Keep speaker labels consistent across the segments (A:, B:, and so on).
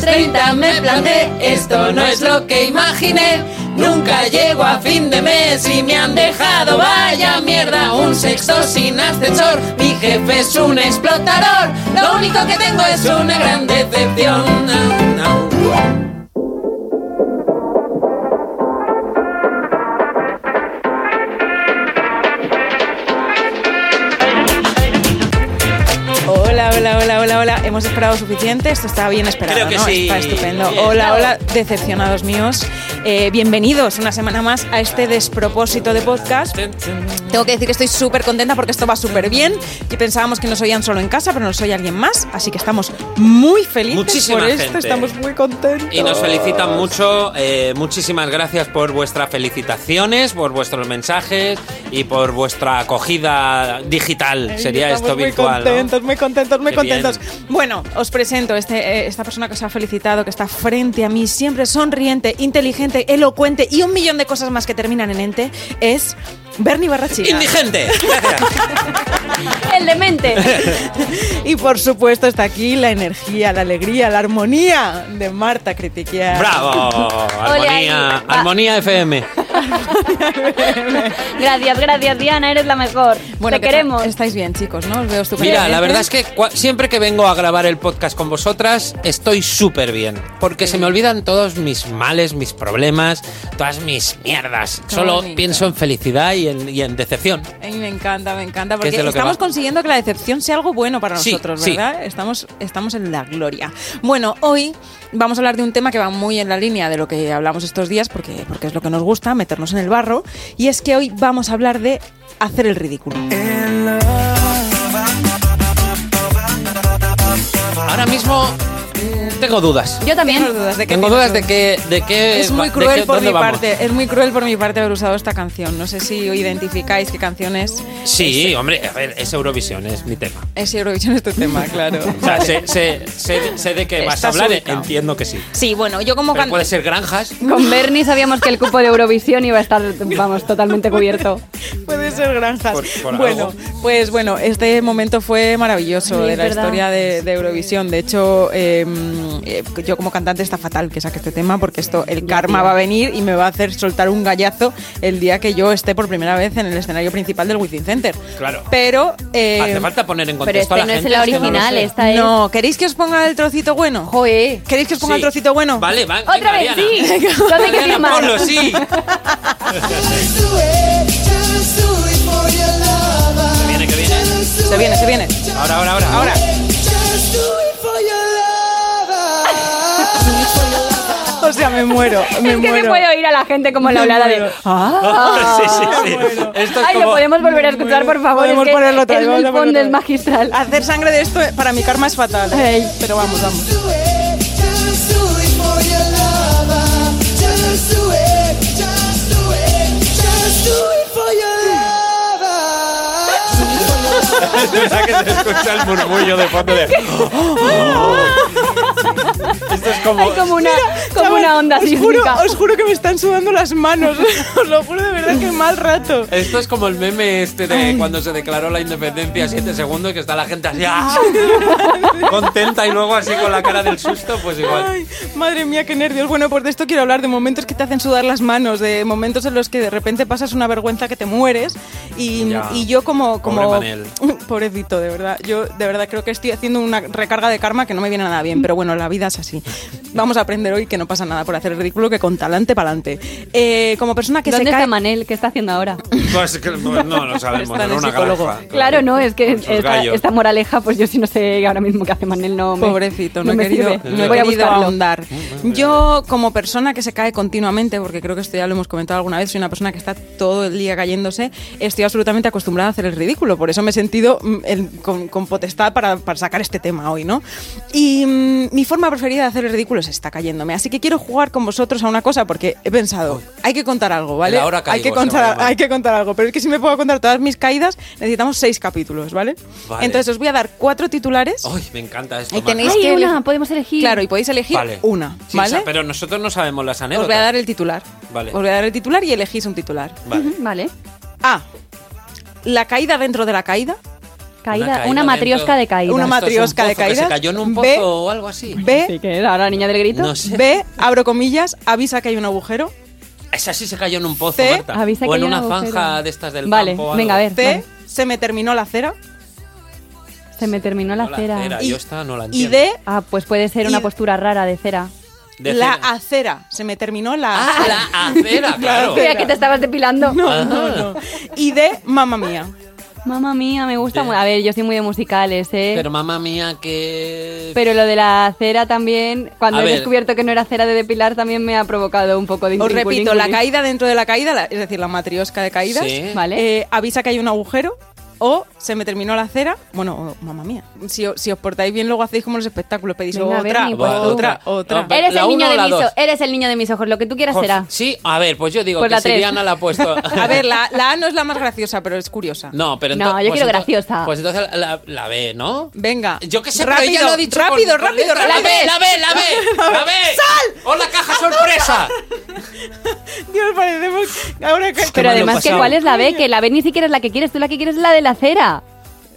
A: 30 me planté, esto no es lo que imaginé. Nunca llego a fin de mes y me han dejado, vaya mierda, un sexto sin ascensor. Mi jefe es un explotador, lo único que tengo es una gran decepción. No, no.
B: Hola, hola, hola, hola, hola. Hemos esperado suficiente. Esto está bien esperado,
C: Creo que
B: ¿no?
C: sí.
B: Está estupendo.
C: Bien.
B: Hola, hola, decepcionados míos. Eh, bienvenidos una semana más a este despropósito de podcast. Tengo que decir que estoy súper contenta porque esto va súper bien. Y pensábamos que nos oían solo en casa, pero nos oye alguien más. Así que estamos muy felices
C: Muchísima
B: por esto.
C: gente.
B: Estamos muy contentos.
C: Y nos felicitan mucho. eh, muchísimas gracias por vuestras felicitaciones, por vuestros mensajes y por vuestra acogida digital. Sería
B: Estamos
C: esto
B: muy
C: virtual. ¿no?
B: contentos, muy contentos, muy
C: Qué
B: contentos. Bueno, os presento este, eh, esta persona que os ha felicitado, que está frente a mí, siempre sonriente, inteligente, elocuente y un millón de cosas más que terminan en ente, es Bernie Barrachina.
C: Indigente. Gracias.
D: El demente.
B: y por supuesto está aquí la energía, la alegría, la armonía de Marta Critiquiar.
C: Bravo. Armonía.
D: ahí. Va.
C: Armonía FM.
D: Gracias, gracias, Diana, eres la mejor. Te
B: que
D: queremos.
B: Estáis bien, chicos, ¿no? Os veo estupendo.
C: Mira, la verdad es que cua- siempre que vengo a grabar el podcast con vosotras, estoy súper bien. Porque se me olvidan todos mis males, mis problemas, todas mis mierdas.
B: Qué
C: Solo
B: bonito.
C: pienso en felicidad y en, y en decepción.
B: Ay, me encanta, me encanta,
C: Que es
B: porque
C: de lo que
B: estamos
C: va.
B: consiguiendo que la decepción sea algo bueno para
C: Sí,
B: nosotros,
C: sí.
B: ¿verdad? Estamos, estamos en la gloria. Bueno, hoy vamos a hablar de un tema que va muy en la línea de lo que hablamos estos días, porque, porque es lo que nos gusta, meternos en el barro, y es que hoy vamos a hablar de hacer el ridículo.
C: Ahora mismo mm, tengo dudas.
D: Yo también.
B: Tengo dudas de que
C: Tengo dudas de que... De que
B: Es muy
C: de
B: cruel
C: que-
B: por
C: ¿dónde
B: mi
C: vamos?
B: parte, es muy cruel por mi parte haber usado esta canción. No sé si identificáis qué canción es.
C: Sí, hombre, a ver, es Eurovisión, es mi tema.
B: Es Eurovisión este tema, claro.
C: O sea, sé, sé- sé- sé de qué vas a
B: Estás
C: hablar,
B: ubicado.
C: entiendo que sí.
B: Sí, bueno, yo como
C: Pero
B: can-
C: puede ser granjas.
D: Con Bernie sabíamos que el cupo de Eurovisión iba a estar, vamos, totalmente cubierto.
B: Puede ser granjas.
C: Por- por
B: bueno,
C: algo.
B: pues bueno, este momento fue maravilloso
D: Ay,
B: de
D: es
B: la
D: verdad.
B: historia de, de Eurovisión. De hecho, eh, eh, yo como cantante está fatal que saque este tema porque esto, el karma va a venir y me va a hacer soltar un gallazo el día que yo esté por primera vez en el escenario principal del Within Center.
C: Claro.
B: Pero... eh,
C: Hace falta poner en
D: Pero
C: contexto
D: este
C: a la
D: no es
C: gente,
D: la
C: que no lo
D: original,
C: sé.
D: esta es.
B: no, ¿queréis que os ponga el trocito bueno?
D: Joe.
B: ¿Queréis que os ponga
C: Sí.
B: el trocito bueno?
C: Vale, va. venga,
D: Otra
C: Diana.
D: vez, sí. ¿Dónde hay que
C: Diana,
D: firmar?
C: ponlo, sí. Que viene, que viene.
B: Se viene, se viene.
C: Ahora, ahora, ahora. Ahora.
B: O sea, me muero, me
D: es que
B: muero.
D: me puede oír a la gente como la hablada de.
B: Ah.
C: sí, sí, sí. Esto es
D: Ay, lo
C: como-
D: podemos volver a escuchar, por favor.
B: Podemos
D: es que
B: ponerlo otra vez,
D: el
B: vamos a
D: del
B: ponerlo
D: fondo
B: otra
D: es
B: vez.
D: magistral.
B: Hacer sangre de esto eh, para mi karma es fatal.
D: Ey.
B: Pero vamos, vamos.
C: Pensaba que se escucha el murmullo de fondo de. Esto es
D: Hay
C: como.
D: como una, como
B: Chaval,
D: una onda
B: os juro,
D: sísmica.
B: os juro que me están sudando las manos. os lo juro de verdad que mal rato.
C: Esto es como el meme este de cuando se declaró la independencia siete segundos que está la gente así ¡ah! contenta y luego así con la cara del susto, pues igual.
B: Ay, madre mía, qué nervios. Bueno, pues de esto quiero hablar, de momentos que te hacen sudar las manos, de momentos en los que de repente pasas una vergüenza que te mueres. Y,
C: Ya.
B: y yo como... como
C: Pobre Manel.
B: Pobrecito, de verdad. Yo de verdad creo que estoy haciendo una recarga de karma que no me viene nada bien, pero bueno, la vida es así. Vamos a aprender hoy que no pasa nada por hacer el ridículo, que con talante pa'lante. Eh, como persona que se
D: ¿Dónde
B: cae...
D: está Manel? ¿Qué está haciendo ahora?
C: Pues, que- pues no lo sabemos,
B: Está
C: era
B: de
C: una
B: psicólogo.
C: granja.
D: Claro, no, es que
C: Con sus
D: esta,
C: gallos.
D: esta moraleja, pues yo sí no sé ahora mismo qué hace Manel, no me,
B: Pobrecito, no,
D: me
B: he querido,
D: sirve.
B: no he
D: Voy a
B: querido
D: buscarlo.
B: ahondar. Yo, como persona que se cae continuamente, porque creo que esto ya lo hemos comentado alguna vez, soy una persona que está todo el día cayéndose, estoy absolutamente acostumbrada a hacer el ridículo. Por eso me he sentido mm, el- con, con potestad para, para sacar este tema hoy, ¿no? Y mm, mi forma preferida de hacer el ridículo es está cayéndome. Así que quiero jugar con vosotros a una cosa, porque he pensado, hay que contar algo, ¿vale?
C: En la hora
B: hay,
C: caigo,
B: que contar,
C: seguro.
B: hay que contar algo. Pero es que si me puedo contar todas mis caídas, necesitamos seis capítulos, ¿vale?
C: Vale.
B: Entonces os voy a dar cuatro titulares.
C: Ay, me encanta esto.
B: Ahí
C: Marta.
B: tenéis
D: Ay,
B: que
D: una,
B: eleg-
D: podemos elegir.
B: Claro, y podéis elegir una,
C: Sí,
B: ¿vale?
C: sa- pero nosotros no sabemos las anécdotas.
B: Os voy a dar el titular.
C: Vale.
B: Os voy a dar el titular y elegís un titular.
C: Vale.
D: Ujú, Vale.
B: A. La caída dentro de la caída.
D: Caída, una,
C: caída
D: matriosca
C: dentro-
D: de caída.
B: Una
C: Esto es un
B: matriosca de
C: pozo, que
B: caídas.
C: Se cayó en un pozo
B: Ve-
C: o algo así.
B: B,
D: Sí, que era la niña del grito.
C: No sé.
B: B, abro comillas, avisa que hay un agujero.
C: Esa sí se cayó en un pozo,
B: C,
C: Marta.
D: avisa
C: o
D: que
C: en
D: hay un
C: una
D: agujero.
C: zanja de estas del
D: Vale,
C: campo o
D: venga,
C: algo.
D: a ver.
B: C,
D: Vale.
B: se me terminó la cera.
D: Se me terminó la
C: No,
D: cera.
C: cera,
B: Y-
C: yo esta no la
B: Y
C: entiendo.
B: D,
D: Ah, pues puede ser
B: Y-
D: una postura rara de cera.
C: De
B: la
C: cera.
B: acera. Se me terminó la
C: Ah,
B: acera.
C: la acera,
B: Cera.
C: claro.
D: Creía que te estabas depilando.
C: Ah.
B: Y D, mamá mía.
D: Mamma mía, me gusta
C: Ya.
D: mu- A ver, yo soy muy de musicales, ¿eh?
C: Pero
D: Pero,
C: mamá mía, que...
D: lo de la cera también, cuando
C: A
D: he
C: ver.
D: descubierto que no era cera de depilar, también me ha provocado un poco de
B: Os
D: intríngulis.
B: repito, la caída dentro de la caída, la- es decir, la matriosca de caídas.
C: Sí.
D: Vale.
B: eh, avisa que hay un agujero. O se me terminó la cera. Bueno, o, mamá mía. Si, o- si os portáis bien, luego hacéis como los espectáculos. Pedís
D: Venga,
B: otra,
D: Berni, por
B: otra,
D: favor.
B: otra, otra.
C: Hombre.
D: Eres
C: ¿La
D: el,
C: uno
D: niño
C: o
D: de
C: la
D: mis
C: dos?
D: o- eres el niño de mis ojos, lo que tú quieras
C: Por-
D: será.
C: Sí, a ver, pues yo digo
D: Pues
C: que
D: la
C: si
D: tres.
C: Diana la ha puesto...
B: A ver, la, la A no es la más graciosa, pero es curiosa.
C: No, pero
D: No,
C: ento-
D: yo quiero
C: ento-
D: graciosa.
C: Pues entonces la, la B, ¿no?
B: Venga.
C: Yo qué sé,
B: rápido,
C: pero ella lo ha dicho
B: Rápido,
C: con- con
B: rápido,
C: letras.
B: rápido.
C: La B, la B, la B, la B. ¡Sal! ¡O la caja sorpresa!
B: Dios, parecemos. Ahora que.
C: mal lo
D: Pero
C: he
D: además, que
C: pasado.
D: ¿cuál es la B? Que la B ni siquiera es la que quieres, tú la que quieres es la de la cera.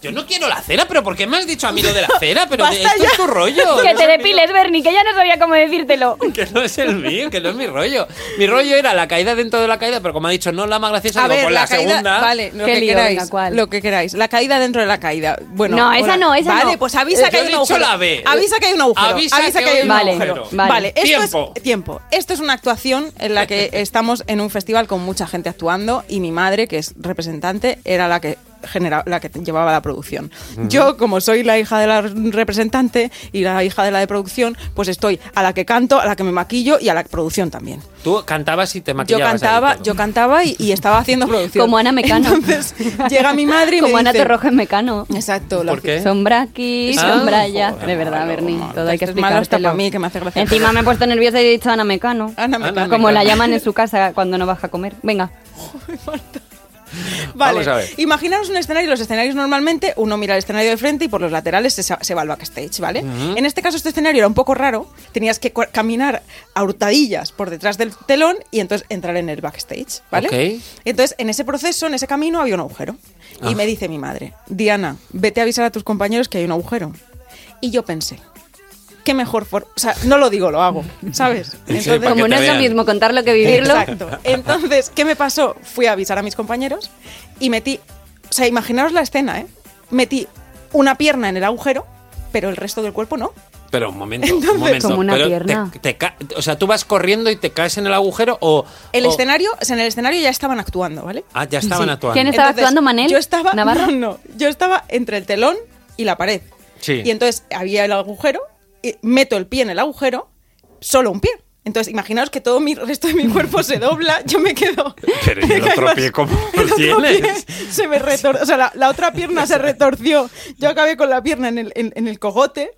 C: Yo no quiero la cera, pero ¿por qué me has dicho a mí lo de la cera? Pero
B: Basta
C: esto es
B: ya.
C: tu rollo.
D: Que
C: no
D: te
C: es el
D: depiles, Bernie, que ya no sabía cómo decírtelo.
C: mío. Que no es el mío, que no es mi rollo. Mi rollo era la caída dentro de la caída, pero como ha dicho, no la más graciosa,
B: A
C: digo,
B: ver,
C: pues
B: la,
C: la,
B: caída.
C: segunda.
B: Vale, lo
D: Qué
B: que
D: lío,
B: queráis.
D: venga, ¿cuál?
B: Lo que queráis. La caída dentro de la caída. Bueno.
D: No, esa no, esa
B: vale,
D: no.
B: pues avisa que
C: Eh, Yo
B: hay
C: he
B: un
C: dicho
B: agujero.
C: la B.
B: Avisa que hay un agujero.
C: Avisa que
B: hay un
D: Vale,
B: agujero.
D: vale.
B: esto
C: Tiempo.
B: es tiempo. Esto es una actuación en la que estamos en un festival con mucha gente actuando y mi madre, que es representante, era la que genera- la que llevaba la producción. Yo, como soy la hija de la representante y la hija de la de producción, pues estoy a la que canto, a la que me maquillo y a la producción también.
C: Tú cantabas y te
B: Yo
C: maquillabas. ahí,
B: cantaba,
C: todo.
B: yo cantaba y, y estaba haciendo producción.
D: Como Ana Mecano.
B: Entonces llega mi madre y
D: Como
B: me
D: Ana
B: dice, ¿Eh?
D: Torroja en Mecano.
B: Exacto. la-
C: ¿Por qué?
D: Sombra aquí,
C: Ah,
D: sombra allá.
C: joder,
D: de verdad,
C: malo,
D: Bernie,
C: malo.
D: todo hay que
B: Esto este es malo hasta
D: explicártelo.
B: para mí, que me hace gracia.
D: Encima me he puesto nerviosa y he dicho Ana Mecano.
B: Ana
C: Ana
B: Mecano.
D: Como
C: Mecano.
D: la llaman en su casa cuando no baja a comer. Venga.
B: Vale.
C: Vamos a ver.
B: Imaginaros un escenario. Los escenarios normalmente uno mira el escenario de frente y por los laterales se, sa- se va al backstage, ¿vale? En este caso este escenario era un poco raro. Tenías que cua- caminar a hurtadillas por detrás del telón y entonces entrar en el backstage, ¿vale?
C: Ok. Ah.
B: Entonces en ese proceso, en ese camino había un agujero. Y me dice mi madre, Diana, vete a avisar a tus compañeros que hay un agujero. Y yo pensé. Qué mejor for- O sea, no lo digo, lo hago, ¿sabes?
C: Para que
D: Como
C: te
D: no es lo
C: vean.
D: mismo contarlo que vivirlo.
B: Exacto. Entonces, ¿qué me pasó? Fui a avisar a mis compañeros y metí, o sea, imaginaos la escena, ¿eh? Metí una pierna en el agujero, pero el resto del cuerpo no.
C: Pero un momento, un
B: Entonces-
C: momento.
D: Como una
C: pero
D: pierna.
C: te- te ca- o sea, tú vas corriendo y te caes en el agujero o.
B: El
C: o-
B: escenario, o sea, en el escenario ya estaban actuando, ¿vale?
C: Oh. Ah, ya estaban
D: Sí.
C: actuando.
D: ¿Quién estaba actuando, Manel?
B: Yo estaba,
D: ¿Navarro?
B: no, no, yo estaba entre el telón y la pared.
C: Sí.
B: Y entonces había el agujero, y meto el pie en el agujero, solo un pie. Entonces, imaginaos que todo mi el resto de mi cuerpo se dobla, yo me quedo.
C: Pero, ¿y el
B: me
C: otro
B: caigo
C: pie
B: así.
C: cómo lo
B: El otro
C: tienes?
B: pie se me retorció, o sea, la, la otra pierna se retorció. Yo acabé con la pierna en el, en, en el cogote,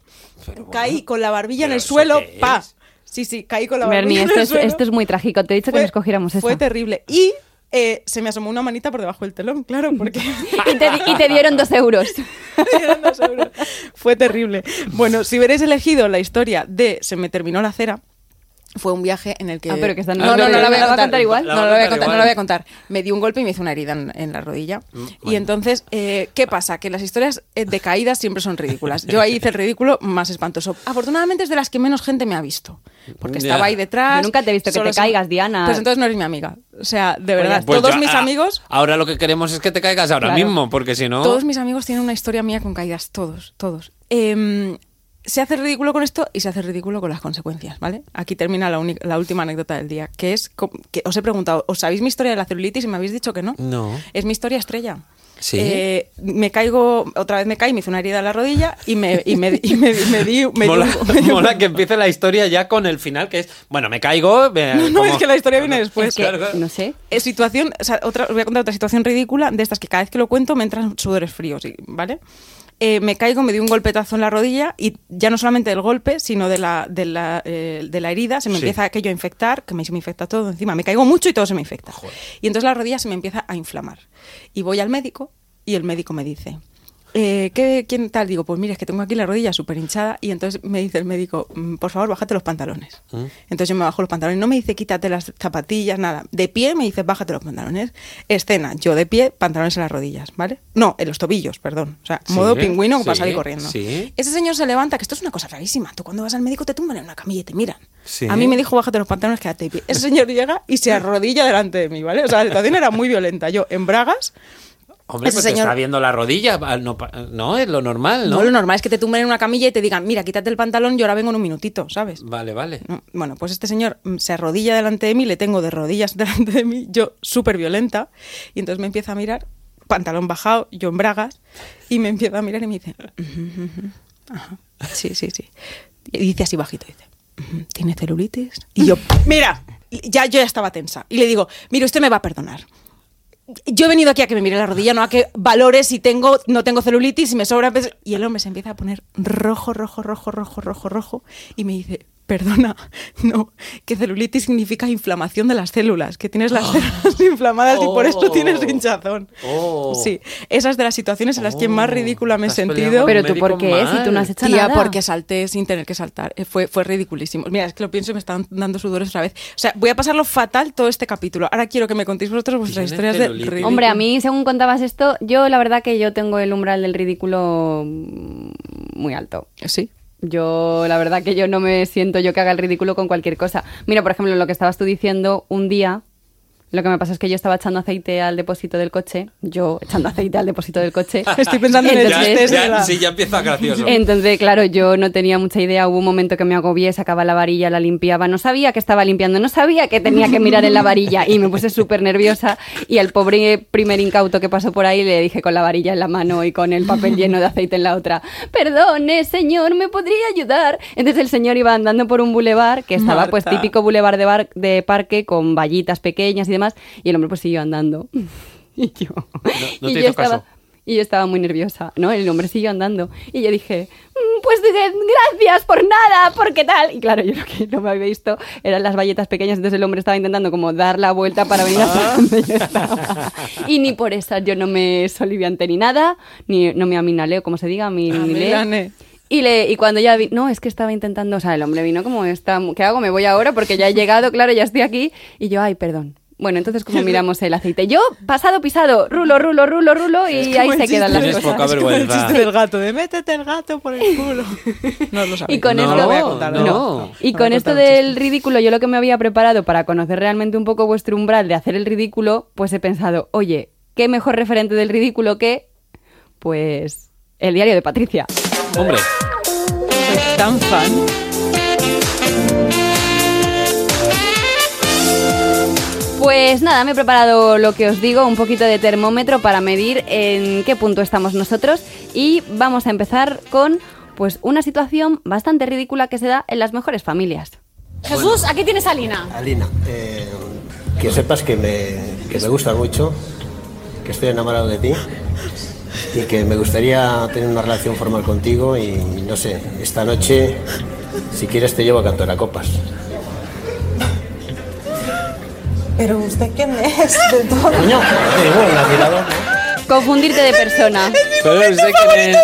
B: caí con la barbilla en
C: ¿pero
B: el
C: eso
B: suelo,
C: qué es?
B: pa. Sí, sí, caí con la barbilla
D: Bernie,
B: en
D: esto
B: el
D: es,
B: suelo.
D: esto es muy trágico. Te he dicho
B: Fue-
D: que nos cogiéramos esta.
B: Fue terrible. Y eh, se me asomó una manita por debajo del telón, claro, porque
D: Y te, di- y te dieron dos euros.
B: eran dos euros. fue terrible. Bueno, si hubierais elegido la historia de Se me terminó la cera, fue un viaje en el que...
D: Ah, pero que esta
B: no,
D: no-
B: no, no la voy
D: ¿la va
B: a
D: a
B: contar.
D: contar igual?
B: No,
C: La va a
B: la voy a
C: contar
B: contar, no
C: igual. Mm,
B: la voy a contar. Me di un golpe y me hizo una herida en, en la rodilla. Y entonces, eh,
C: Ah.
B: ¿qué pasa? Que las historias eh, de caídas siempre son ridículas. Yo ahí hice el ridículo más espantoso. Afortunadamente es de las que menos gente me ha visto. Porque
C: Ya.
B: estaba ahí detrás.
D: Yo nunca te he visto que
B: solo
D: te
B: se-
D: caigas, Diana.
B: Pues entonces no eres mi amiga. O sea, de
C: Pues
B: verdad.
C: ya- pues
B: Todos
C: ya,
B: mis
C: ah,
B: amigos
C: Ahora lo que queremos es que te caigas ahora
D: Claro.
C: mismo, porque si no.
B: Todos mis amigos tienen una historia mía con caídas, todos, todos. Em, se hace ridículo con esto y se hace ridículo con las consecuencias, ¿vale? Aquí termina la, uni- la última anécdota del día, que es co- que os he preguntado, ¿os sabéis mi historia de la celulitis y me habéis dicho que no?
C: No.
B: Es mi historia estrella.
C: Sí.
B: Eh, me caigo, otra vez me caí, me hizo una herida en la rodilla y me, y me, y me, me di... me di-
C: mola,
B: me di-
C: mola que empiece la historia ya con el final, que es, bueno, me caigo. me-
B: No, no,
C: como-
B: es que la historia viene después.
D: Es que,
C: Pues Claro, claro.
D: no sé.
B: Eh, situación, o sea, otra, os voy a contar otra situación ridícula de estas que cada vez que lo cuento me entran sudores fríos, y- ¿vale? Eh, me caigo, me di un golpetazo en la rodilla y ya no solamente del golpe, sino de la, de la, eh, de la herida, se me
C: Sí.
B: empieza aquello a infectar, que me, se me infecta todo encima, me caigo mucho y todo se me infecta. Y entonces la rodilla se me empieza a inflamar. Y voy al médico y el médico me dice, eh, ¿qué, ¿quién tal? Digo, pues mira, es que tengo aquí la rodilla súper hinchada y entonces me dice el médico, "Mm, por favor, bájate los pantalones.
C: ¿Mm?
B: Entonces yo me bajo los pantalones, no me dice quítate las zapatillas, nada. De pie me dice, bájate los pantalones. Escena, yo de pie, pantalones en las rodillas, ¿vale? No, en los tobillos, perdón. O sea,
C: Sí,
B: modo pingüino para
C: sí,
B: salir corriendo.
C: sí.
B: Ese señor se levanta, que esto es una cosa rarísima. Tú cuando vas al médico te tumban en una camilla y te miran.
C: Sí.
B: A mí me dijo, bájate los pantalones, quédate de pie. Ese señor llega y se arrodilla delante de mí, ¿vale? O sea, la situación era muy violenta. Yo en bragas,
D: Este
C: Hombre,
B: Ese
C: pues te
B: señor-
C: está viendo la rodilla. ah, No, pa- no, es lo normal, ¿no?
B: no, lo normal es que te tumben en una camilla y te digan, mira, quítate el pantalón, yo ahora vengo en un minutito, ¿sabes?
C: Vale, vale.
B: No, Bueno, pues este señor mm, se arrodilla delante de mí, le tengo de rodillas delante de mí, yo súper violenta, y entonces me empieza a mirar, pantalón bajado, yo en bragas, y me empieza a mirar y me dice, "Ujú, ujú, ajá, sí, sí, sí. Y dice así bajito, dice, "Ujú, ¿tiene celulitis? Y yo, mira, ya yo ya estaba tensa. Y le digo, mire, usted me va a perdonar. Yo he venido aquí a que me mire la rodilla, no a que valore si tengo, no tengo celulitis, si me sobra peso. Y el hombre se empieza a poner rojo, rojo, rojo, rojo, rojo, rojo. Y me dice, perdona, no, que celulitis significa inflamación de las células, que tienes
C: Ah.
B: las células inflamadas y por eso tienes hinchazón.
C: Oh.
B: Sí, esa es de las situaciones en las que más
C: Oh,
B: ridícula me he
C: te has peleado
B: sentido.
C: con
D: Pero
C: Un
D: tú, ¿por
C: médico
D: qué? Si tú no has
C: mal.
D: hecho
B: Tía,
D: nada.
B: porque salté sin tener que saltar. Eh, Fue, fue ridiculísimo. Mira, es que lo pienso y me están dando sudores otra vez. O sea, voy a pasarlo fatal todo este capítulo. Ahora quiero que me contéis vosotros vuestras
C: Tiene
B: historias de
C: celulitis.
B: ridículo.
D: Hombre, a mí, según contabas esto, yo la verdad que yo tengo el umbral del ridículo mm, muy alto.
B: Sí.
D: Yo, la verdad que yo no me siento yo que haga el ridículo con cualquier cosa. Mira, por ejemplo, lo que estabas tú diciendo, un día, lo que me pasó es que yo estaba echando aceite al depósito del coche, yo echando aceite al depósito del coche.
B: Estoy pensando en el
C: Ya,
B: chiste, este es
C: ya,
B: verdad.
C: sí, ya empieza gracioso.
D: Entonces, claro, yo no tenía mucha idea. Hubo un momento que me agobié, sacaba la varilla, la limpiaba. No sabía que estaba limpiando, no sabía que tenía que mirar en la varilla. Y me puse súper nerviosa. Y al pobre primer incauto que pasó por ahí le dije con la varilla en la mano y con el papel lleno de aceite en la otra: Perdone, señor, ¿me podría ayudar? Entonces el señor iba andando por un bulevar que estaba, pues,
B: Marta.
D: típico bulevar de, bar- de parque con vallitas pequeñas y demás. Y el hombre, pues, siguió andando. Y yo.
C: no
D: y
C: te
D: yo
C: hizo
D: estaba-
C: caso.
D: y yo estaba muy nerviosa, ¿no? El hombre siguió andando. Y yo dije, "Mm, pues eh, gracias por nada, porque tal. Y claro, yo lo que no me había visto eran las valletas pequeñas, entonces el hombre estaba intentando como dar la vuelta para venir hasta
C: Ah.
D: donde yo estaba. Y ni por esas yo no me soliviante ni nada, ni no me aminaleo, como se diga, mi
B: Aminale.
D: y, le, y cuando ya vi, no, es que estaba intentando, o sea, el hombre vino como, está, ¿qué hago? Me voy ahora porque ya he llegado, claro, ya estoy aquí. Y yo, ay, perdón. Bueno, entonces como miramos el aceite. Yo, pasado, pisado, rulo, rulo, rulo, rulo, y ahí se quedan las
C: Tienes
D: cosas.
C: poca
B: Es como el
C: vergüenza.
B: chiste del gato, de métete el gato por el culo. No os lo sabéis.
D: Y con
C: No,
D: esto,
C: lo voy a contar,
D: no.
C: no.
D: Y
B: No
D: con
B: voy a
D: esto
B: contar un
D: del ridículo, yo lo que me había preparado para conocer realmente un poco vuestro umbral de hacer el ridículo, pues he pensado, oye, ¿qué mejor referente del ridículo que, pues, el diario de Patricia?
C: Hombre,
B: Soy tan fan.
D: Pues nada, me he preparado lo que os digo, un poquito de termómetro para medir en qué punto estamos nosotros y vamos a empezar con pues una situación bastante ridícula que se da en las mejores familias.
E: Jesús, aquí tienes a Lina.
F: Alina, eh, que sepas que me, que me gusta mucho, que estoy enamorado de ti y que me gustaría tener una relación formal contigo y no sé, esta noche, si quieres te llevo a cantar copas.
G: Pero usted quién es de todo.
F: Coño, eh, bueno, la mirada.
D: Confundirte de persona.
C: pero sé quién es.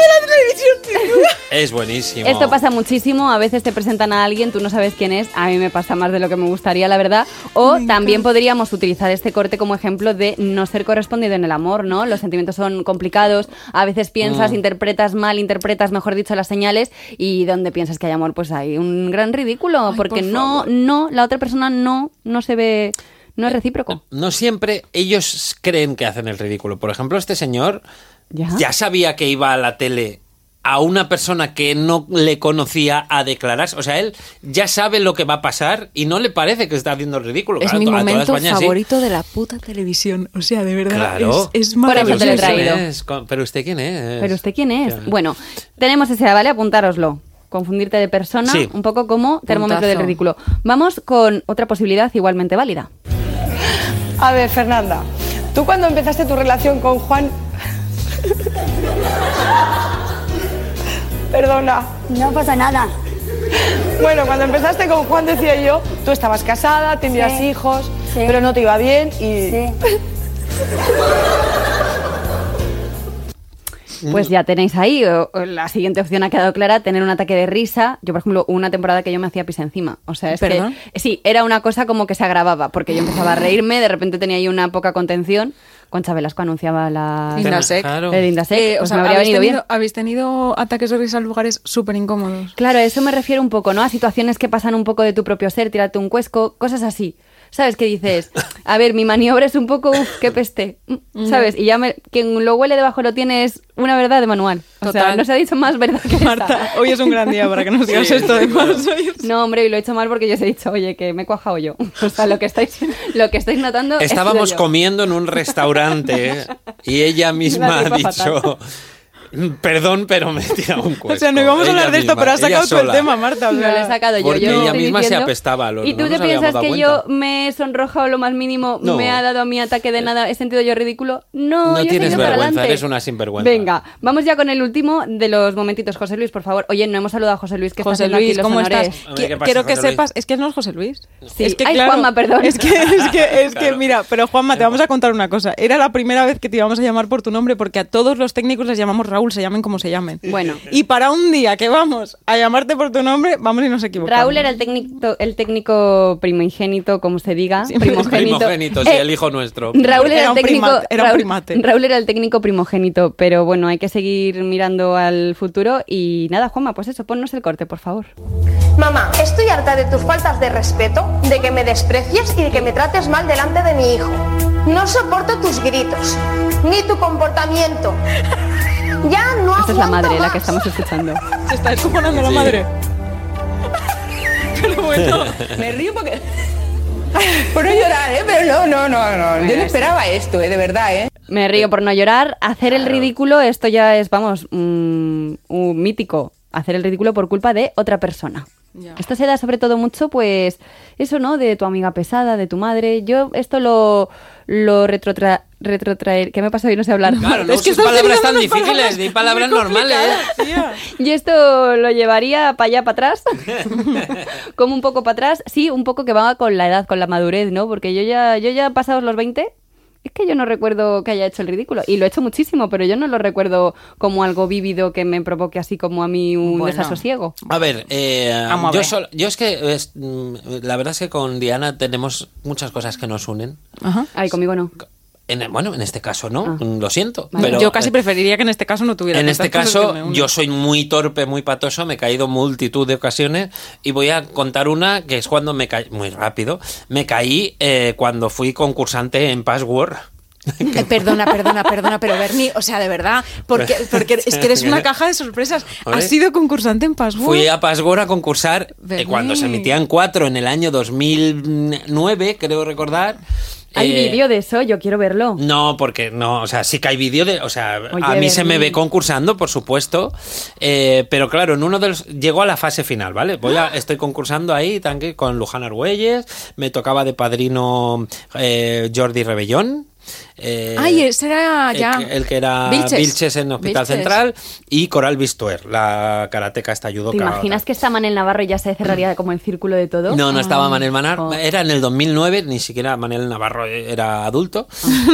C: Es buenísimo.
D: Esto pasa muchísimo, a veces te presentan a alguien, tú no sabes quién es, a mí me pasa más de lo que me gustaría, la verdad. O también podríamos utilizar este corte como ejemplo de no ser correspondido en el amor, ¿no? Los sentimientos son complicados, a veces piensas, interpretas mal, interpretas, mejor dicho, las señales y donde piensas que hay amor, pues hay un gran ridículo, porque no, no, la otra persona no, no se ve, no es recíproco.
C: No siempre ellos creen que hacen el ridículo. Por ejemplo, este señor
D: ¿Ya?
C: ya sabía que iba a la tele a una persona que no le conocía a declararse. O sea, él ya sabe lo que va a pasar y no le parece que está haciendo el ridículo.
B: Es
C: Claro,
B: mi
C: a toda
B: momento
C: España sí.
B: favorito de la puta televisión. O sea, de verdad.
C: Claro.
B: Es, es
D: Por eso
C: Pero
D: te lo he
C: usted
B: maravilloso. Eh,
C: quién
D: traído.
C: es, con- Pero usted quién es.
D: Pero usted quién es?
C: Claro.
D: Bueno, tenemos ese, ¿vale? Apuntároslo. Confundirte de persona,
C: Sí.
D: un poco como termómetro
B: Puntazo.
D: del ridículo. Vamos con otra posibilidad igualmente válida.
G: A ver, Fernanda, tú cuando empezaste tu relación con Juan. Perdona.
H: No pasa nada.
G: Bueno, cuando empezaste con Juan decía yo, tú estabas casada, tenías
H: Sí.
G: hijos,
H: Sí.
G: pero no te iba bien y
H: Sí.
C: Mm.
D: pues ya tenéis ahí. o- o la siguiente opción ha quedado clara, tener un ataque de risa. Yo, por ejemplo, hubo una temporada que yo me hacía pis encima. O sea, es
B: ¿Perdón?
D: que sí, era una cosa como que se agravaba, porque yo empezaba a reírme, de repente tenía ahí una poca contención. Concha Velasco anunciaba la...
B: Linda Sec.
D: la
C: Claro.
D: de Linda Sec,
B: Eh, o
D: pues
B: sea,
D: me habría
B: habéis
D: venido bien.
B: tenido, habéis tenido ataques de risa en lugares súper incómodos.
D: Claro, a eso me refiero un poco, ¿no? A situaciones que pasan un poco de tu propio ser, tirarte un cuesco, cosas así. ¿Sabes qué dices? A ver, mi maniobra es un poco, uff, qué peste. Mm, ¿Sabes? Y ya me- quien lo huele debajo lo tiene es una verdad de manual. O sea,
B: Total.
D: no se ha dicho más verdad que esta.
B: Marta, hoy es un gran día para que nos digas esto de más.
D: No, hombre, y lo he hecho mal porque yo os he dicho, oye, que me he cuajado yo. O sea, lo que estáis, lo que estáis notando. he sido
C: Estábamos
D: yo.
C: comiendo en un restaurante y ella misma ha
D: Una tipa
C: dicho. Perdón, pero me he tirado un cuerpo.
B: O sea, no íbamos a hablar de esto, pero has sacado tú el tema, Marta. o
D: No lo
B: sea.
D: he sacado yo.
C: Porque
D: yo
C: ella
D: estoy
C: misma se
D: diciendo-
C: apestaba, lo-
D: ¿Y
C: no
D: tú
C: nos
D: te
C: habíamos
D: piensas
C: dado
D: que
C: cuenta.
D: yo me he sonrojado lo más mínimo,
C: No. Eh.
D: me ha dado a mí ataque de nada, he sentido yo ridículo? No,
C: No
D: yo he
C: tienes
D: seguido para
C: vergüenza,
D: adelante.
C: eres una sinvergüenza.
D: Venga, vamos ya con el último de los momentitos. José Luis, por favor. Oye, no hemos saludado a José Luis, que está
B: José
D: haciendo aquí
B: Luis,
D: los
B: ¿cómo
D: honores.
B: estás?
C: Hombre, ¿qué
B: Qui-
C: pasa,
B: Quiero que
C: José Luis?
B: sepas, es que no es José Luis.
D: Sí.
B: Es que,
D: Ay, Juanma, perdón.
B: Es que, es que, es que, mira, pero Juanma, te vamos a contar una cosa. Era la primera vez que te íbamos a llamar por tu nombre porque a todos los técnicos les llamamos Raúl, se llamen como se llamen.
D: Bueno.
B: Y para un día que vamos a llamarte por tu nombre, vamos y nos equivocamos.
D: Raúl era el técnico, el técnico primogénito, como se diga.
B: Siempre-
D: primogénito.
C: Primogénito, sí,
D: Eh,
C: el hijo nuestro.
D: Raúl era,
B: Era
D: el
B: un
D: técnico,
B: primate, era un
D: Raúl-
B: primate.
D: Raúl era el técnico primogénito, pero bueno, hay que seguir mirando al futuro y nada, Juanma, pues eso, ponnos el corte, por favor.
H: Mamá, estoy harta de tus faltas de respeto, de que me desprecies y de que me trates mal delante de mi hijo. No soporto tus gritos, ni tu comportamiento. Ya no
D: Esta es la
H: aguanto
D: madre la
H: más.
D: que estamos escuchando.
B: Se está descojonando la
C: Sí.
B: madre. Pero bueno,
G: Me río porque... Por no llorar, ¿eh? Pero no, no, no, no. Yo no esperaba esto, ¿eh? De verdad, ¿eh?
D: Me río por no llorar. Hacer el ridículo, esto ya es, vamos, mm, un mítico. Hacer el ridículo por culpa de otra persona.
B: Ya.
D: Esto se da sobre todo mucho, pues, eso, ¿no? De tu amiga pesada, de tu madre. Yo esto lo, lo retrotra- retrotraer. ¿Qué me pasa hoy? No sé hablar.
C: Claro, no
B: es que
C: uses
B: estás
C: palabras tan
B: utilizando unas
C: difíciles, di palabras
B: muy
C: normales.
B: complicadas, tía.
D: Y esto lo llevaría para allá, para atrás. Como un poco para atrás. Sí, un poco que va con la edad, con la madurez, ¿no? Porque yo ya, yo ya pasados los 20, es que yo no recuerdo que haya hecho el ridículo. Y lo he hecho muchísimo, pero yo no lo recuerdo como algo vívido que me provoque así como a mí un
B: Bueno.
D: desasosiego.
C: A ver, eh,
B: Vamos a
C: yo,
B: ver.
C: solo- yo es que es, mm, la verdad es que con Diana tenemos muchas cosas que nos unen.
B: Ajá.
D: Ay, conmigo no.
C: En- bueno, en este caso no,
D: Ah.
C: lo siento.
D: Vale.
C: Pero,
B: yo casi
C: eh,
B: preferiría que en este caso no tuviera
C: En
B: tantas
C: este
B: cosas que me
C: caso,
B: unen.
C: yo soy muy torpe, muy patoso, me he caído multitud de ocasiones y voy a contar una que es cuando me caí, muy rápido, me caí eh, cuando fui concursante en Password.
A: Eh, Perdona,
B: Ah,
A: perdona, perdona, pero Bernie, o sea, de verdad, porque,
C: Pues,
A: porque es que eres una caja de sorpresas.
B: ¿Has sido concursante en Password?
C: Fui a Pasgor a concursar eh,
B: Belén.
C: cuando se emitían cuatro en el año 2009, creo recordar.
D: Hay
C: Eh,
D: vídeo de eso, yo quiero verlo.
C: No, porque no, o sea, sí que hay vídeo de, o sea,
D: Oye,
C: a mí se me
D: Berlín.
C: ve concursando, por supuesto, eh, pero claro, en uno de los, llegó a la fase final, ¿vale? Voy a, estoy concursando ahí tanque, con Luján Argüelles, me tocaba de padrino eh, Jordi Rebellón. eh,
B: Ay, ese era
C: el
B: ya.
C: que- El, que era Vilches,
B: Vilches.
C: en Hospital
B: Vilches.
C: Central y Coral Bistuer, la karateca esta
D: ¿Te
C: judoka.
D: imaginas que está Manel Navarro y ya se cerraría como el círculo de todo?
C: No, no estaba Manel Manar.
D: Oh.
C: Era en el 2009, ni siquiera Manel Navarro eh, era adulto.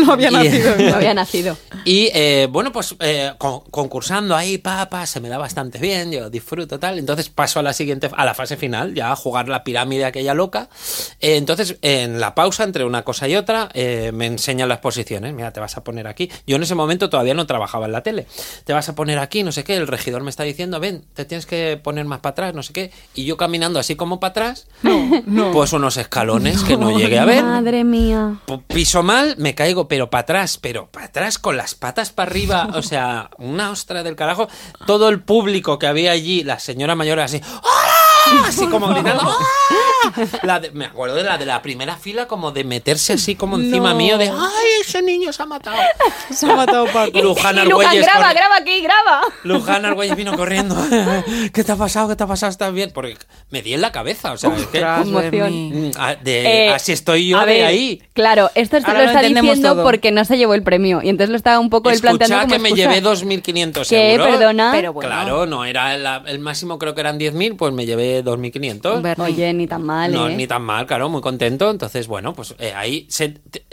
B: No había
C: Y-
B: nacido.
D: No había nacido.
C: Y eh, bueno, pues eh, con- concursando ahí, papá, se me da bastante bien, yo disfruto tal. Entonces paso a la siguiente, a la fase final, ya a jugar la pirámide aquella loca. Eh, entonces, en la pausa entre una cosa y otra, eh, me enseñan las posiciones. Mira, te vas a poner aquí. Yo en ese momento todavía no trabajaba en la tele. Te vas a poner aquí, no sé qué. El regidor me está diciendo, ven, te tienes que poner más para atrás, no sé qué. Y yo caminando así como para atrás, pues unos escalones que no llegué a ver.
D: Madre mía.
C: P- piso mal, me caigo, pero para atrás, pero para atrás, con las patas para arriba, o sea, una ostra del carajo. Todo el público que había allí, la señora mayor así, ¡Hola! Así como gritando. ¡Ah! La de- me acuerdo de la de la primera fila, como de meterse así como encima
B: No.
C: mío, de ¡ay, ese niño se ha matado!
B: Se ha matado Paco.
C: Luján
D: Y Luján,
C: Argüelles
D: graba,
C: con-
D: graba aquí, graba.
C: Luján Argüelles vino corriendo. ¿Qué te ha pasado? ¿Qué te ha pasado? ¿Estás bien? Porque me di en la cabeza, o sea, es que-
B: Ostras,
D: Emoción.
B: Berni.
C: Mm, a- de-
D: Eh,
C: así estoy yo
D: a
C: de
D: ver,
C: ahí.
D: Claro, esto se
B: Ahora
D: lo
B: lo
D: está
B: entendemos
D: diciendo
B: todo.
D: porque no se llevó el premio. Y entonces lo estaba un poco él
C: Escucha
D: planteando como
C: que me
D: excusa.
C: llevé 2.500
D: ¿Qué?
C: euros.
D: Perdona. Pero
B: bueno.
C: Claro, no era la- el máximo, creo que eran 10.000, pues me llevé 2.500.
B: Berni.
D: Oye, ni tan mal,
C: no,
D: ¿eh?
C: ni tan mal, claro, muy contento. Entonces, bueno, pues eh, ahí se- te-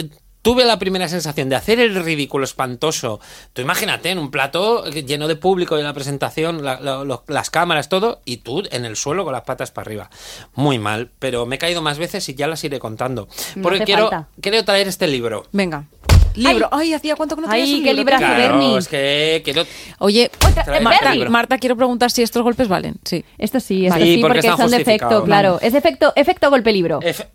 C: tuve la primera sensación de hacer el ridículo espantoso. Tú imagínate en un plató lleno de público y la presentación, la- la- los- las cámaras, todo, y tú en el suelo con las patas para arriba. Muy mal, pero me he caído más veces y ya las iré contando.
D: No
C: Porque
D: hace
C: quiero,
D: falta.
C: quiero traer este libro.
B: Venga. Libro. Ay, hacía cuánto que no
D: Ay,
B: tenías un
D: qué
B: libro,
D: librazo,
B: tío.
C: Claro,
D: Bernie. eh,
C: es que quiero
B: Oye,
C: Trae
B: Marta,
C: el libro.
B: Marta, quiero preguntar si estos golpes valen. Sí.
D: Esto sí, esto
C: Vale. Sí,
D: sí,
C: porque
D: porque,
C: está
D: son de
C: justificado.
D: efecto, claro. Es efecto, efecto golpe libro.
C: Efe-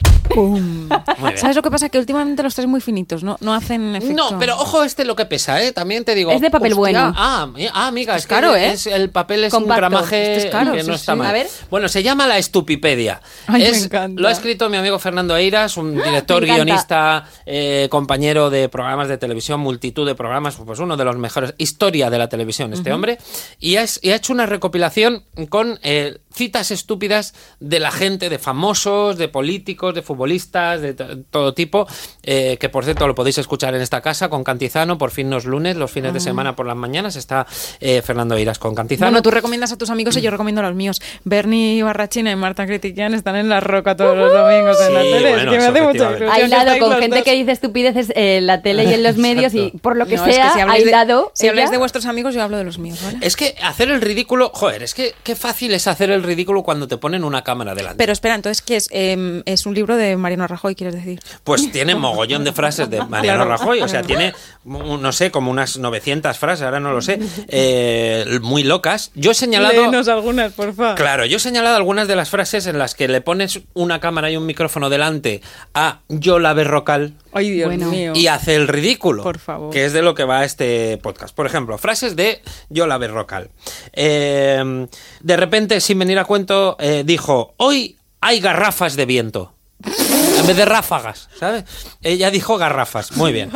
C: Muy bien.
B: ¿Sabes lo que pasa? Que últimamente los tres muy finitos, ¿no? No hacen efecto.
C: No, pero ojo este lo que pesa, ¿eh? También te digo.
D: Es de papel bueno.
C: Ah, mi- ah, amiga, es,
B: es caro,
C: que
B: ¿eh?
C: es- el papel es
D: Compacto.
C: un gramaje
B: Este es caro,
C: que no
B: sí,
C: está
B: sí.
C: mal.
D: A ver.
C: Bueno, se llama La Estupipedia.
B: Ay, me
C: Es-
B: encanta.
C: Lo ha escrito mi amigo Fernando Eiras, un director,
D: Me encanta.
C: guionista, eh, compañero de programas de televisión, multitud de programas, pues uno de los mejores. Historia de la televisión, este hombre. Y ha, y ha hecho una recopilación con eh, citas estúpidas de la gente, de famosos, de políticos, de futbolistas, de to- todo tipo, eh, que por cierto lo podéis escuchar en esta casa con Cantizano, por fin los lunes, los fines de semana por las mañanas está eh, Fernando Eiras con Cantizano.
B: Bueno, tú recomiendas a tus amigos y yo recomiendo a los míos. Bernie Barrachina y Marta Critiquian están en la roca todos los domingos en la
C: Sí,
B: tele. es
C: bueno,
B: que me hace
C: eso
B: mucha
C: efectivamente.
B: ilusión. que
D: Aislado,
B: estáis
D: con
B: los
D: gente
B: dos.
D: que dice estupideces en la tele y en los medios y por lo que
B: No, es
D: sea,
B: si habláis de-
D: aislado.
B: si habláis
D: ella-
B: de vuestros amigos, yo hablo de los míos, ¿vale?
C: Es que hacer el ridículo, joder, es que qué fácil es hacer el ridículo cuando te ponen una cámara delante.
B: Pero espera, entonces, ¿qué es? Em, es un libro de Mariano Rajoy, quieres decir.
C: Pues tiene mogollón de frases de Mariano
B: Claro.
C: Rajoy, o sea, tiene, mm, no sé, como unas 900 frases, ahora no lo sé, eh, muy locas. Yo he señalado...
B: Léenos algunas, porfa.
C: Claro, yo he señalado algunas de las frases en las que le pones una cámara y un micrófono delante a Yola Berrocal
B: Ay, Dios
D: Bueno.
B: mío.
C: y hace el ridículo.
B: Por favor.
C: Que es de lo que va este podcast. Por ejemplo, frases de Yola Berrocal. Eh, de repente, sin venir a cuento, eh, dijo: Hoy hay garrafas de viento. En vez de ráfagas, ¿sabes? Ella dijo garrafas. Muy bien.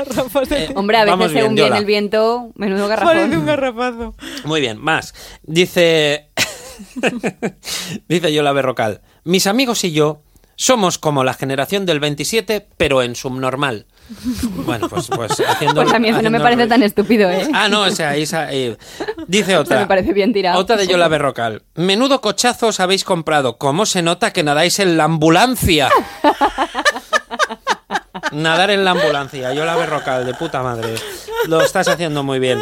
C: Eh,
D: Hombre, a
C: vamos
D: veces
C: bien,
D: según viene
C: Yola.
D: el viento, menudo
B: Parece un
D: garrafón.
B: garrapazo.
C: Muy bien, más. Dice. Dice Yola Berrocal. Mis amigos y yo somos como la generación del 27, pero en subnormal. Bueno, pues, pues haciendo.
D: Pues a mí eso no me
C: haciendo-
D: parece tan estúpido, ¿eh?
C: Ah, no, o sea, ahí sa- eh, dice otra.
D: me parece bien tirado.
C: Otra de Yola Berrocal. Menudo cochazo os habéis comprado. ¿Cómo se nota que nadáis en la ambulancia? Nadar en la ambulancia, Yola Berrocal, de puta madre. Lo estás haciendo muy bien.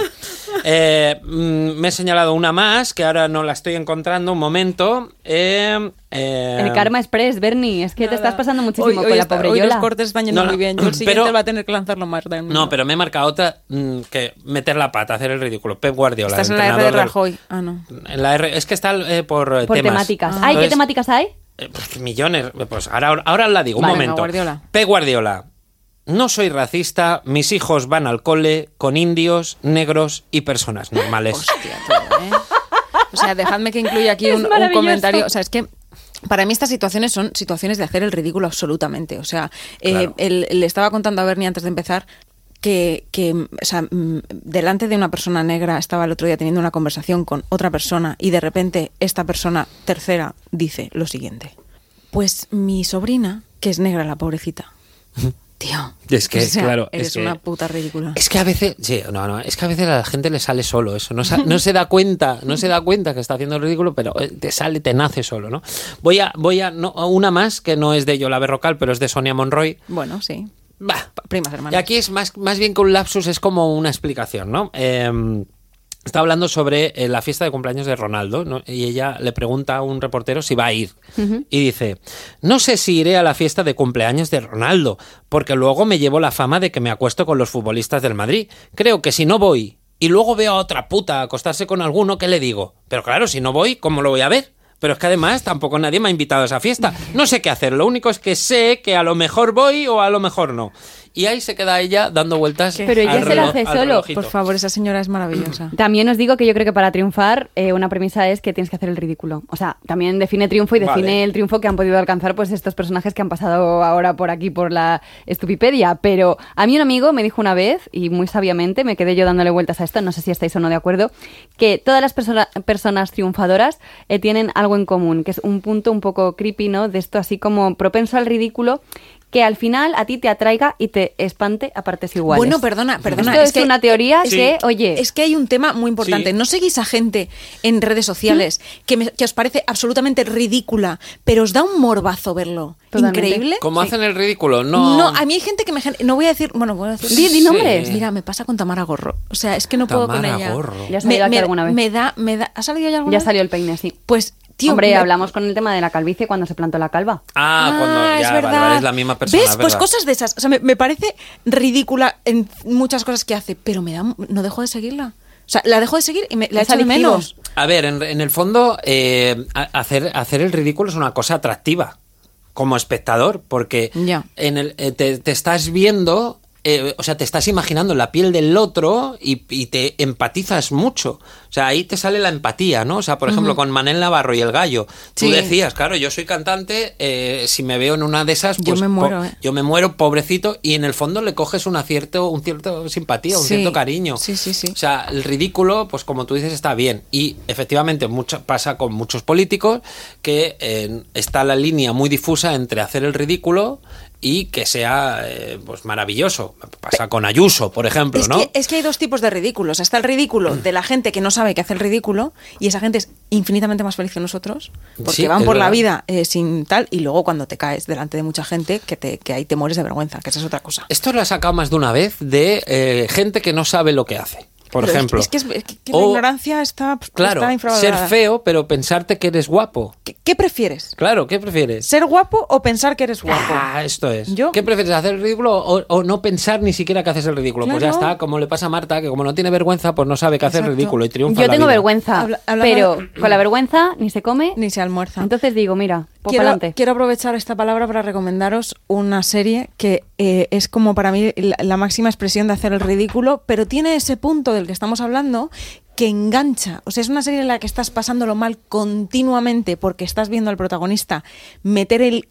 C: Eh, mm, me he señalado una más, que ahora no la estoy encontrando, un momento. Eh, eh,
D: El Karma Express, Bernie, es que te estás pasando muchísimo
B: Hoy,
D: con
B: hoy
D: la
B: está-
D: pobre
B: hoy los
D: Yola.
B: cortes están yendo
C: No, no.
B: muy bien. Yo el
C: Pero-
B: siguiente va a tener que lanzarlo más.
C: No, pero me he marcado otra mm, que meter la pata, hacer el ridículo. Pep Guardiola.
B: Estás en la
C: entrenador
B: R de
C: del-
B: Rajoy. Ah, no.
C: En la R- es que está eh, por, eh,
D: Por
C: temas.
B: Ah.
D: temáticas. Ay, ¿qué
C: Entonces,
D: temáticas hay?
C: Eh, pues, millones. Pues ahora, ahora la digo, un
B: Vale,
C: momento.
B: no, Guardiola.
C: P. Guardiola. No soy racista, mis hijos van al cole con indios, negros y personas normales.
B: Hostia, todo, ¿eh? O sea, dejadme que incluya aquí
D: Es
B: un, un
D: maravilloso.
B: comentario. O sea, es que. Para mí estas situaciones son situaciones de hacer el ridículo absolutamente. O sea, eh,
C: Claro.
B: el- le estaba contando a Bernie antes de empezar que, que, o sea, mm, delante de una persona negra estaba el otro día teniendo una conversación con otra persona y de repente esta persona tercera dice lo siguiente. Pues mi sobrina, que es negra la pobrecita. Tío.
C: Es que,
B: o sea,
C: claro, es
B: Eres
C: que-
B: una puta ridícula.
C: Es que a veces, sí, no, no, es que a veces a la gente le sale solo eso, no, sa- no se da cuenta, no se da cuenta que está haciendo el ridículo, pero eh, te sale, te nace solo, ¿no? Voy a, voy a, no, a una más que no es de Yola Berrocal, pero es de Sonia Monroy.
B: Bueno, sí.
C: Bah,
B: Primas
C: Y
B: hermanas.
C: aquí es más, más bien que un lapsus, es como una explicación, ¿no? Eh, está hablando sobre eh, la fiesta de cumpleaños de Ronaldo, ¿no? Y ella le pregunta a un reportero si va a ir. Y dice, no sé si iré a la fiesta de cumpleaños de Ronaldo, porque luego me llevo la fama de que me acuesto con los futbolistas del Madrid. Creo que si no voy y luego veo a otra puta acostarse con alguno, ¿qué le digo? Pero claro, si no voy, ¿cómo lo voy a ver? Pero es que además tampoco nadie me ha invitado a esa fiesta. No sé qué hacer. Lo único es que sé que a lo mejor voy o a lo mejor no. Y ahí se queda ella dando vueltas.
D: Pero ella
C: al
D: se lo
C: reloj-
D: hace
C: al
D: solo,
C: relojito.
B: Por favor, esa señora es maravillosa.
D: También os digo que yo creo que para triunfar eh, una premisa es que tienes que hacer el ridículo. O sea, también define triunfo y define
C: Vale.
D: el triunfo que han podido alcanzar pues estos personajes que han pasado ahora por aquí por la estupipedia. Pero a mí un amigo me dijo una vez, y muy sabiamente, me quedé yo dándole vueltas a esto, no sé si estáis o no de acuerdo, que todas las persona- personas triunfadoras eh, tienen algo en común, que es un punto un poco creepy, ¿no? De esto así como propenso al ridículo que al final a ti te atraiga y te espante a partes iguales.
B: Bueno, perdona, perdona.
D: Esto es, que, una teoría
B: es
D: que, oye,
B: Es que hay un tema muy importante.
C: Sí.
B: ¿No seguís a gente en redes sociales
D: ¿Mm?
B: que, me- que os parece absolutamente ridícula, pero os da un morbazo verlo?
D: Totalmente.
B: Increíble.
C: Como hacen el ridículo, no.
B: ¿eh? No. a mí hay gente que me... gen- No voy a decir... Bueno, voy a decir...
D: Di- di nombres.
B: Mira, me pasa con Tamara Gorro. O sea, es que no puedo con
C: Tamara
B: ella.
C: Gorro.
D: Ya ha salido
B: me,
D: aquí
B: me-
D: alguna vez.
B: Me da, me da... ¿Ha salido ya alguna
D: ya
B: vez?
D: salió el peine, sí.
B: Pues, tío...
D: Hombre,
B: me-
D: hablamos con el tema de la calvicie cuando se plantó la calva.
C: Ah, cuando
B: Ah,
C: ya
B: es
C: vale,
B: verdad.
C: vale, es la misma persona.
B: ¿Ves?
C: es
B: Pues
C: verdad.
B: cosas de esas. O sea, me, me parece ridícula en muchas cosas que hace, pero me da, no dejo de seguirla. O sea, la dejo de seguir y me, la
D: Es
B: echo de
D: adictivo.
B: menos.
C: A ver, en, en el fondo, eh, a- hacer, hacer el ridículo es una cosa atractiva como espectador, porque
B: Ya.
C: en el, eh, te, te estás viendo, eh, o sea, te estás imaginando en la piel del otro y, y te empatizas mucho. O sea, ahí te sale la empatía, ¿no? O sea, por ejemplo, con Manel Navarro y el gallo. Tú
B: Sí.
C: decías, claro, yo soy cantante, eh, si me veo en una de esas,
B: Yo
C: pues
B: me
C: po-
B: muero, ¿eh?
C: yo me muero, pobrecito, y en el fondo le coges una cierto, un cierto simpatía, un
B: Sí.
C: cierto cariño.
B: Sí, sí, sí.
C: O sea, el ridículo, pues como tú dices, está bien. Y efectivamente mucho, pasa con muchos políticos que eh, está la línea muy difusa entre hacer el ridículo y que sea eh, pues maravilloso. Pasa con Ayuso, por ejemplo,
B: Es,
C: ¿no? Mm.
B: que, eh, es que hay dos tipos de ridículos. Está el ridículo de la gente que no sabe que hace el ridículo y esa gente es infinitamente más feliz que nosotros porque
C: Sí,
B: van
C: es
B: por la
C: verdad.
B: vida eh, sin tal y luego cuando te caes delante de mucha gente que, te, que ahí te mueres de vergüenza, que esa es otra cosa.
C: Esto lo he sacado más de una vez de eh, gente que no sabe lo que hace. Por
B: Pero es-
C: ejemplo.
B: Es, que, es- es que la
C: O,
B: ignorancia está,
C: Claro,
B: está infravalorada.
C: ser feo, pero pensarte que eres guapo.
B: ¿Qué, qué prefieres?
C: Claro, ¿qué prefieres?
B: ¿Ser guapo o pensar que eres guapo?
C: Ah, esto es.
B: Yo-
C: ¿Qué prefieres, hacer el ridículo o, o no pensar ni siquiera que haces el ridículo? Pues ya
B: Claro.
C: está, como le pasa a Marta, que como no tiene vergüenza, pues no sabe que hace el
B: Exacto.
C: ridículo y triunfa.
D: Yo
C: en la
D: tengo
C: vida.
D: vergüenza,
B: Habla- hablaba-
D: pero con la vergüenza ni se come
B: Ni se almuerza.
D: Entonces digo, mira, pues
B: quiero,
D: adelante.
B: quiero aprovechar esta palabra para recomendaros una serie que eh, es como para mí la, la máxima expresión de hacer el ridículo, pero tiene ese punto del que estamos hablando que engancha. O sea, es una serie en la que estás pasándolo mal continuamente porque estás viendo al protagonista meter el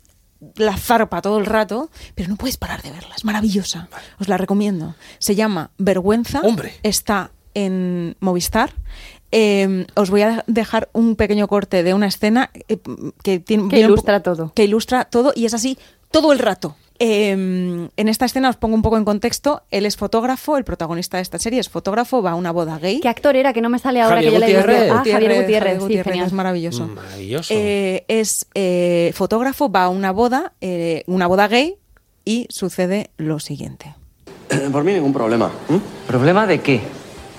B: la zarpa todo el rato, pero no puedes parar de verla, es maravillosa. Os la recomiendo. Se llama Vergüenza.
C: Hombre.
B: Está en Movistar. Eh, os voy a dejar un pequeño corte de una escena eh, que tiene
D: Que
B: viene un
D: ilustra
B: po-
D: todo.
B: Que ilustra todo y es así todo el rato. Eh, en esta escena os pongo un poco en contexto. Él es fotógrafo, el protagonista de esta serie es fotógrafo, va a una boda gay.
D: ¿Qué actor era que no me sale ahora
C: Javier
D: que yo le
C: Gutiérrez.
D: digo? Ah, Javier Gutiérrez,
B: Javier
D: sí,
B: Gutiérrez,
D: genial.
B: es maravilloso.
C: Maravilloso.
B: Eh, es eh, fotógrafo, va a una boda, eh, una boda gay, y sucede lo siguiente.
I: Por mí ningún problema. ¿Mm?
J: ¿Problema de qué?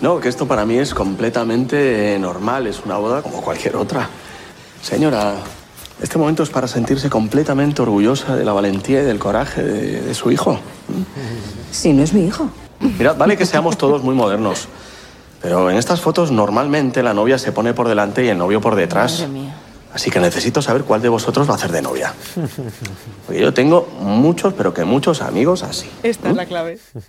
I: No, que esto para mí es completamente eh, normal. Es una boda como cualquier otra. Señora, este momento es para sentirse completamente orgullosa de la valentía y del coraje de, de su hijo.
K: Si no es mi hijo.
I: Mirad, vale que seamos todos muy modernos. Pero en estas fotos normalmente la novia se pone por delante y el novio por detrás.
B: Madre mía.
I: Así que necesito saber cuál de vosotros va a hacer de novia. Porque yo tengo muchos, pero que muchos amigos así.
B: Esta es la clave.
C: yo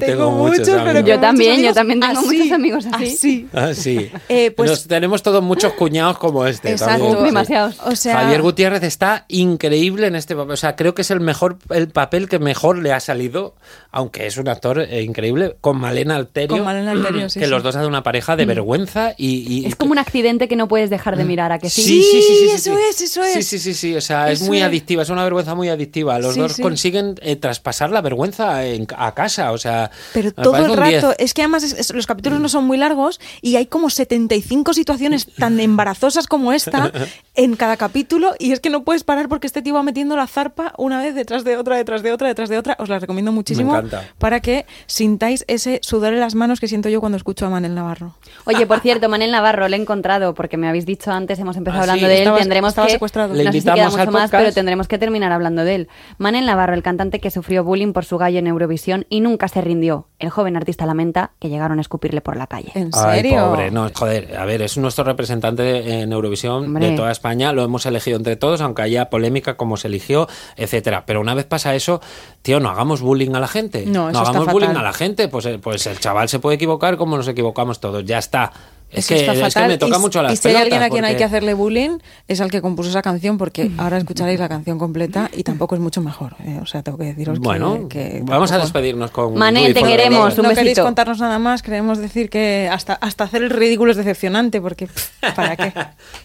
C: tengo, muchos, amigos.
D: Yo también, yo también tengo muchos amigos así.
C: Ah, sí.
B: Eh, pues-
C: Nos tenemos todos muchos cuñados como este.
B: Exacto.
C: también, sí.
D: Demasiados.
B: O sea,
C: Javier Gutiérrez está increíble en este papel. O sea, creo que es el mejor el papel que mejor le ha salido, aunque es un actor eh, increíble, con Malena Alterio.
B: Con Malena Alterio, sí,
C: Que
B: sí. Mm.
C: los dos hacen una pareja de vergüenza y. y-
D: Es como un accidente que no puedes dejar de mirar, ¿a que sí?
B: Sí, eso es, eso
C: Sí,
B: es.
C: sí, sí, sí. O sea, es
B: Eso
C: muy
B: es.
C: adictiva, es una vergüenza muy adictiva. Los
B: Sí,
C: dos
B: sí.
C: consiguen eh, traspasar la vergüenza en- a casa. O sea,
B: Pero
C: me
B: todo
C: parece
B: el
C: un 10.
B: rato, es que además es- es- los capítulos no son muy largos y hay como 75 situaciones tan embarazosas como esta en cada capítulo y es que no puedes parar porque este tío va metiendo la zarpa una vez detrás de otra, detrás de otra, detrás de otra. Os la recomiendo muchísimo
C: encanta.
B: para que sintáis ese sudor en las manos que siento yo cuando escucho a Manel Navarro.
D: Oye, por cierto, Manel Navarro lo he encontrado porque me habéis dicho antes, hemos empezado
C: Ah, sí,
D: hablando de él,
B: estabas-
D: tendremos
B: estaba
D: que
B: secuestrado.
C: Le
D: no sé si
C: invitamos
D: queda
C: al
D: mucho más,
C: podcast.
D: pero tendremos que terminar hablando de él. Manel Navarro, el cantante que sufrió bullying por su gallo en Eurovisión y nunca se rindió. El joven artista lamenta que llegaron a escupirle por la calle.
B: ¿En
C: Ay,
B: serio?
C: pobre, no, joder, a ver, es nuestro representante en Eurovisión
D: Hombre.
C: de toda España, lo hemos elegido entre todos, aunque haya polémica como se eligió, etcétera. Pero una vez pasa eso, tío, no hagamos bullying a la gente.
B: No, eso está
C: hagamos bullying
B: fatal.
C: a la gente, pues, eh, pues el chaval se puede equivocar como nos equivocamos todos, ya está. Es
B: Eso
C: que,
B: está
C: es que
B: fatal.
C: me toca
B: Y-
C: mucho las
B: Y si hay alguien
C: pelotas,
B: a quien hay
C: porque-
B: que hacerle bullying, es al que compuso esa canción, porque ahora escucharéis la canción completa y tampoco es mucho mejor. eh, O sea, tengo que deciros que-
C: Bueno,
B: que.
C: vamos a
B: tampoco-
C: despedirnos con.
B: Mané,
C: Luis Fonsi.
B: no queréis contarnos nada más, queremos decir que hasta, hasta hacer el ridículo es decepcionante, porque pff, ¿para qué?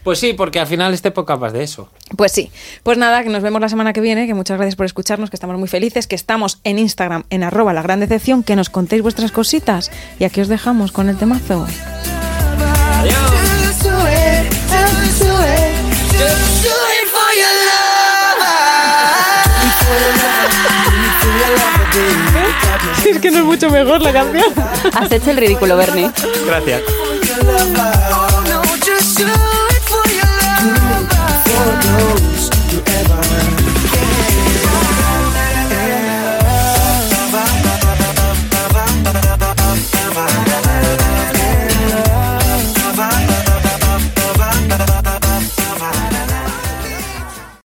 C: Pues sí, porque al final este podcast va de eso.
B: Pues sí. Pues nada, que nos vemos la semana que viene, que muchas gracias por escucharnos, que estamos muy felices, que estamos en Instagram, en arroba la gran decepción, que nos contéis vuestras cositas. Y aquí os dejamos con el temazo.
A: Just do it, just do it, just do it for your love.
B: Es que no es mucho mejor la canción.
D: Has hecho el ridículo, Bernie.
C: Gracias.
A: Oh no, just do it for your love.